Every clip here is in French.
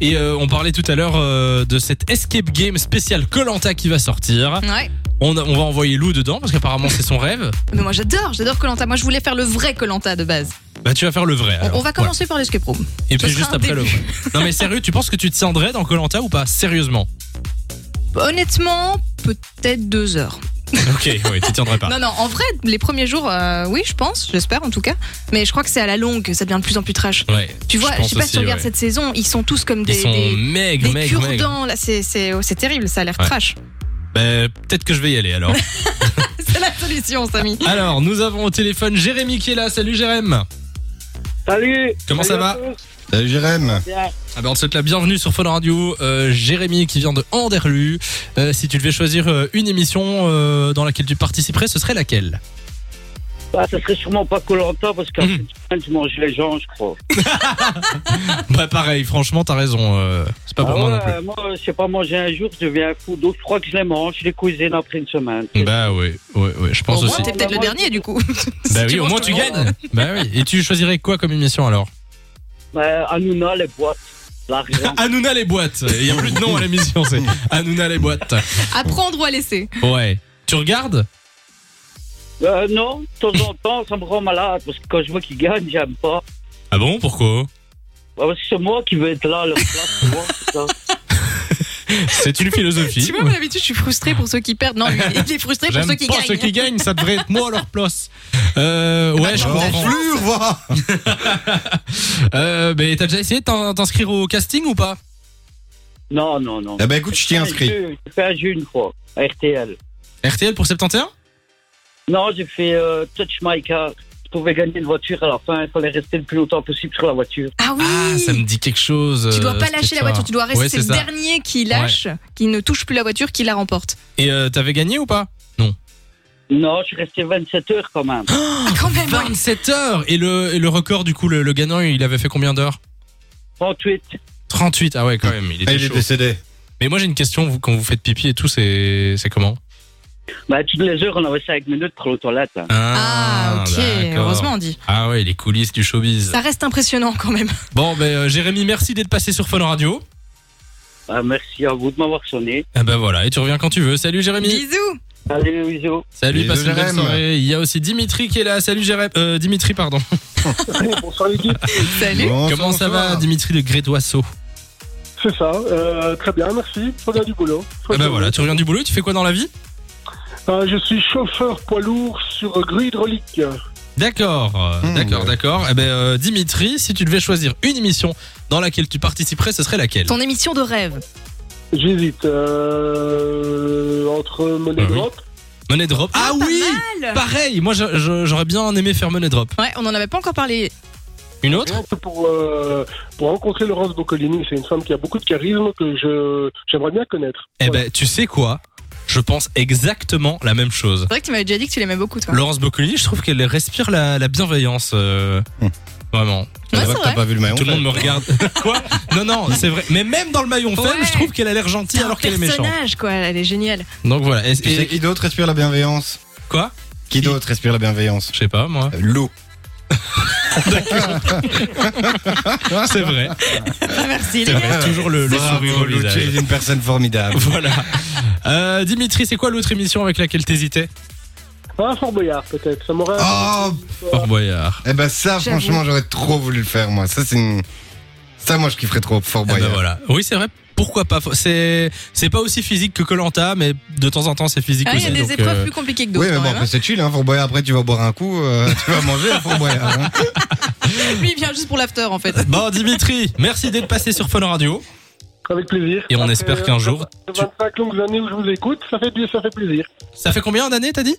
Et euh, on parlait tout à l'heure euh, de cette escape game spéciale Colanta qui va sortir. Ouais. On, a- on va envoyer Lou dedans parce qu'apparemment c'est son rêve. Mais moi j'adore, j'adore Colanta. Moi je voulais faire le vrai Colanta de base. Bah tu vas faire le vrai. On- alors. on va Voilà. commencer par l'escape room. Et puis ce sera juste un après le début. vrai. Non mais sérieux, tu penses que tu te tiendrais dans Colanta ou pas Sérieusement Honnêtement, peut-être deux heures. Ok, oui, tu tiendrais pas. Non, non, en vrai, les premiers jours, euh, oui, je pense, j'espère en tout cas. Mais je crois que c'est à la longue que ça devient de plus en plus trash. Ouais. Tu vois, je, pense sais pas si aussi, tu regardes ouais. cette saison, ils sont tous comme Ils des, sont des, maigres, des maigres, maigres. cure-dents. Là, c'est- c'est oh, c'est terrible, ça a l'air Ouais. trash. Bah, peut-être que je vais y aller alors. c'est la solution, Samy. alors, nous avons au téléphone Jérémy qui est là. Salut Jérémy. Salut Comment Salut ça à va tous. Salut Jérém. Bien. Ah bah, on te souhaite la bienvenue sur Fun Radio. Euh, Jérémy qui vient de Anderlu. Euh, si tu devais choisir euh, une émission euh, dans laquelle tu participerais, ce serait laquelle Bah, ça serait sûrement pas Colanta parce qu'en Mhm. fin de semaine, tu manges les gens, je crois. Bah pareil, franchement, t'as raison. euh, c'est pas pour Ah moi ouais, non plus. moi, je sais pas manger un jour, je deviens fou. Donc, je crois que je les mange, je les cuisine après une semaine. Bah oui, ouais, ouais, je pense Au moins, aussi. t'es peut-être le Bah, moi, dernier du coup. Si Bah oui, au manges moins tout tu le monde. gagnes. Bah oui. Et tu choisirais quoi comme émission alors Bah, Hanouna, les boîtes, l'argent. Hanouna les boîtes. Il y a plus de nom à l'émission, c'est Hanouna les boîtes. À prendre ou à laisser. Ouais. Tu regardes Euh, non, de temps en temps, ça me rend malade parce que quand je vois qu'ils gagnent, j'aime pas. Ah bon, pourquoi Bah, parce que c'est moi qui veux être là, à leur place, tu vois, c'est ça. C'est une philosophie. Tu vois, moi, d'habitude, je suis frustrée pour ceux qui perdent. Non, lui, il est frustré pour J'aime ceux qui pas gagnent. ceux qui gagnent, ça devrait être moi à leur place. Euh, ouais, je comprends. Enflure, va Euh, mais t'as déjà essayé de t'in- t'inscrire au casting ou pas Non, non, non. Eh ben écoute, je t'y inscris. J'ai fait un jeu une fois, à RTL. RTL pour 71 Non, j'ai fait euh, Touch My Car. Je pouvais gagner une voiture à la fin, il fallait rester le plus longtemps possible sur la voiture. Ah oui Ah, ça me dit quelque chose. Tu dois euh, pas cette lâcher la histoire. voiture, tu dois rester Ouais, c'est c'est le ça. dernier qui lâche, qui ne touche plus la voiture, qui la remporte. Et euh, t'avais gagné ou pas Non, je suis resté 27 heures quand même. Ah, quand même, ouais. 27 heures et le, et le record, du coup, le, le gagnant, il avait fait combien d'heures 38. 38, ah ouais, quand même, il Ah, était il est chaud. décédé. Mais moi, j'ai une question, vous, quand vous faites pipi et tout, c'est c'est comment Bah, toutes les heures, on avait 5 minutes pour les toilettes. hein. Ah, ok, d'accord. heureusement on dit. Ah ouais, les coulisses du showbiz. Ça reste impressionnant quand même. Bon, ben, euh, Jérémy, merci d'être passé sur Fun Radio. Bah, merci à vous de m'avoir sonné. Ah ben voilà, et tu reviens quand tu veux. Salut Jérémy. Bisous Allez, bisous. Salut, Bisous, passe une belle Jérém. soirée. Il y a aussi Dimitri qui est là. Salut Jérém. Euh, Dimitri, pardon. Bonsoir l'équipe, Salut Bonsoir, Comment ça va, bonsoir. Dimitri de Grédoisseau c'est ça. Euh, très bien, merci. Je reviens du boulot. Eh ben voilà, tu reviens du boulot, tu fais quoi dans la vie Euh, je suis chauffeur poids lourd sur grue hydraulique. D'accord, euh, Hmm, d'accord, ouais. d'accord. Eh ben euh, Dimitri, si tu devais choisir une émission dans laquelle tu participerais, ce serait laquelle Ton émission de rêve. J'hésite euh, entre Money Ah oui. Drop. Money Drop. Ah pas oui mal. Pareil, moi je- je- j'aurais bien aimé faire Money Drop. Ouais, on en avait pas encore parlé. Une autre rien que pour, euh, pour rencontrer Laurence Boccolini. C'est une femme qui a beaucoup de charisme que je j'aimerais bien connaître. Eh Voilà. ben tu sais quoi Je pense exactement la même chose. C'est vrai que tu m'avais déjà dit que tu l'aimais beaucoup, toi. Laurence Boccolini, je trouve qu'elle respire la, la bienveillance. euh, Hmm. Vraiment. Ça Ouais, va c'est que t'as vrai. pas vu le maillon Tout le faible. monde me regarde. Quoi Non, non, c'est vrai. Mais même dans le maillon faible, Ouais. je trouve qu'elle a l'air gentille C'est un alors qu'elle est méchante. personnage, quoi, elle est géniale. Donc voilà. Et, Tu sais et- qui d'autre respire la bienveillance quoi Qui d'autre respire la bienveillance Je sais pas, moi. Euh, Lou. Ah, C'est vrai. C'est Merci, les gars. vrai. Toujours le, le Bravo, sourire au Lou, tu visage. es une personne formidable. Voilà. Euh, Dimitri, c'est quoi l'autre émission avec laquelle t'hésitais Ah, Fort Boyard, peut-être. Ça m'aurait. Ah. Oh Fort Boyard. Eh ben ça, J'avoue. franchement, j'aurais trop voulu le faire, moi. Ça, c'est une... Ça, moi, je kifferais trop, Fort Eh ben Boyard. voilà. Oui, c'est vrai. Pourquoi pas C'est c'est pas aussi physique que Colanta, mais de temps en temps c'est physique Ah, il aussi. y a des donc, épreuves euh, plus compliquées que Oui, d'autres, mais quand bon, même. après, c'est chill, hein, Fort Boyard. Après, tu vas boire un coup, euh, tu vas manger à Fort Boyard. hein. hein. Lui, il vient juste pour l'after, en fait. Bon Dimitri, merci d'être passé sur Fun Radio. Avec plaisir. Et on Après, espère qu'un jour, euh, tu- 25 longues années où je vous écoute, ça fait, du- ça fait plaisir. Ça fait combien d'années t'as dit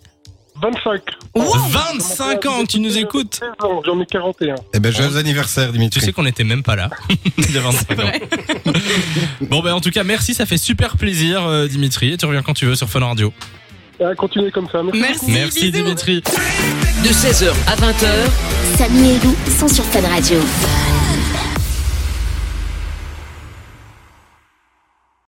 25. Wow. 25 ans que tu nous écoutes. 16 ans, J'en ai 41. Eh ben, joyeux anniversaire, Dimitri. Tu sais qu'on n'était même pas là. Il y a 25 ans. vrai. Bon ben en tout cas merci, ça fait super plaisir euh, Dimitri et tu reviens quand tu veux sur Fun Radio. Ah, Continuez comme ça. Merci. Merci, Merci bisous. Dimitri. De 16h à 20h, Samy et Lou sont sur Fun Radio.